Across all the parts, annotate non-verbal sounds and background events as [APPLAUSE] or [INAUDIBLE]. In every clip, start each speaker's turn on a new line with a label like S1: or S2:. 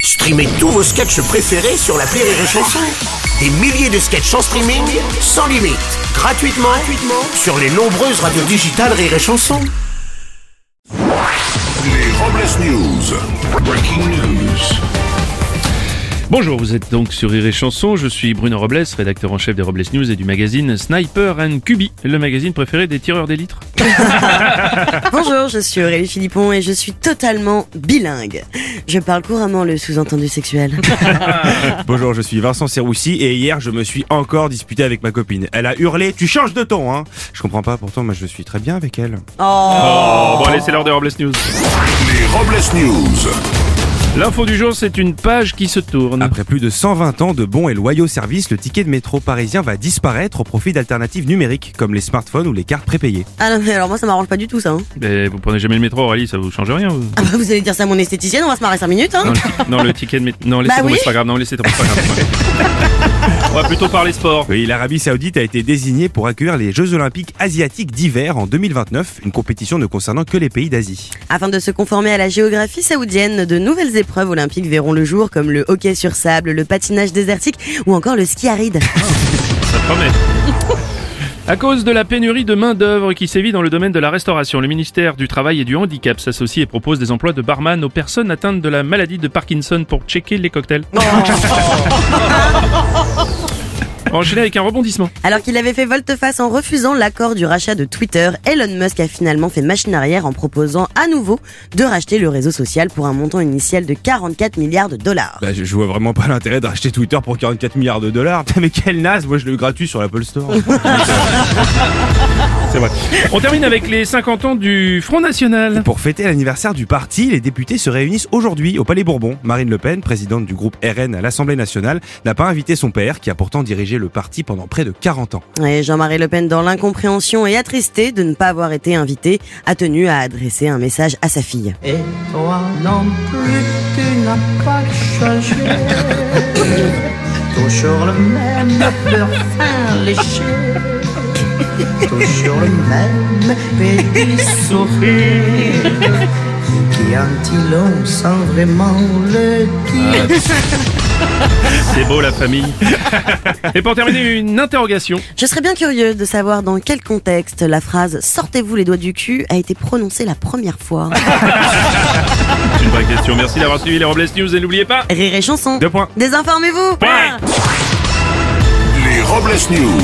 S1: Streamez tous vos sketchs préférés sur la Rire et Chanson. Des milliers de sketchs en streaming, sans limite, gratuitement, gratuitement sur les nombreuses radios digitales Rire et Chanson.
S2: Les Robles News. Breaking news.
S3: Bonjour, vous êtes donc sur Rire et Chanson, je suis Bruno Robles, rédacteur en chef des Robles News et du magazine Sniper and Cubi, le magazine préféré des tireurs d'élite.
S4: Bonjour, je suis Aurélie Philippon et je suis totalement bilingue. Je parle couramment le sous-entendu sexuel.
S5: Bonjour, je suis Vincent Serroussi et hier je me suis encore disputé avec ma copine. Elle a hurlé, tu changes de ton, hein Je comprends pas, pourtant moi je suis très bien avec elle.
S3: Oh, bon allez, c'est l'heure des Robles News.
S2: Les Robles News.
S3: L'info du jour, c'est une page qui se tourne.
S5: Après plus de 120 ans de bons et loyaux services, le ticket de métro parisien va disparaître au profit d'alternatives numériques comme les smartphones ou les cartes prépayées.
S4: Ah non, mais alors moi ça m'arrange pas du tout ça. hein.
S3: Mais vous prenez jamais le métro, Aurélie, ça vous change rien vous
S4: Ah bah, vous allez dire ça à mon esthéticienne, on va se marrer 5 minutes. Hein
S3: non, le ti- non, le ticket de métro... Non, laissez
S4: Bah
S3: tomber,
S4: oui.
S3: c'est pas grave, non, laissez tomber, c'est pas grave.
S4: [LAUGHS]
S3: On va plutôt parler sport.
S5: Oui, l'Arabie Saoudite a été désignée pour accueillir les Jeux Olympiques Asiatiques d'hiver en 2029, une compétition ne concernant que les pays d'Asie.
S4: Afin de se conformer à la géographie saoudienne, de nouvelles épreuves olympiques verront le jour comme le hockey sur sable, le patinage désertique ou encore le ski aride.
S3: Ça promet. [LAUGHS] À cause de la pénurie de main-d'œuvre qui sévit dans le domaine de la restauration, le ministère du Travail et du Handicap s'associe et propose des emplois de barman aux personnes atteintes de la maladie de Parkinson pour checker les cocktails. Enchaîné avec un rebondissement.
S4: [LAUGHS] Alors qu'il avait fait volte-face en refusant l'accord du rachat de Twitter, Elon Musk a finalement fait machine arrière en proposant à nouveau de racheter le réseau social pour un montant initial de 44 milliards de dollars.
S5: Bah je, je vois vraiment pas l'intérêt de racheter Twitter pour 44 milliards de dollars. Putain, [LAUGHS] Mais quel naze, moi je le gratuit sur l'Apple [LAUGHS] Store.
S3: C'est vrai. On termine avec les 50 ans du Front National.
S5: Pour fêter l'anniversaire du parti, les députés se réunissent aujourd'hui au Palais Bourbon. Marine Le Pen, présidente du groupe RN à l'Assemblée nationale, n'a pas invité son père, qui a pourtant dirigé le parti pendant près de 40 ans.
S4: Et Jean-Marie Le Pen, dans l'incompréhension et attristé de ne pas avoir été invité, a tenu à adresser un message à sa fille.
S6: Et toi non plus, tu n'as pas changé. Toujours le même parfum léché. Toujours le même petit sourire. Qui en dit long sans vraiment le dire.
S3: C'est beau la famille. Et pour terminer, une interrogation.
S4: Je serais bien curieux de savoir dans quel contexte la phrase Sortez-vous les doigts du cul a été prononcée la première fois.
S5: [LAUGHS]
S3: C'est une vraie question. Merci d'avoir suivi les Robles News et n'oubliez pas.
S4: Rire et chanson.
S5: Deux points.
S4: Désinformez-vous.
S3: Point.
S2: Les Robles News.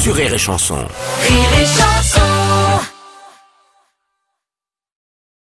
S1: Sur Rire et Chanson.
S7: Rire et chanson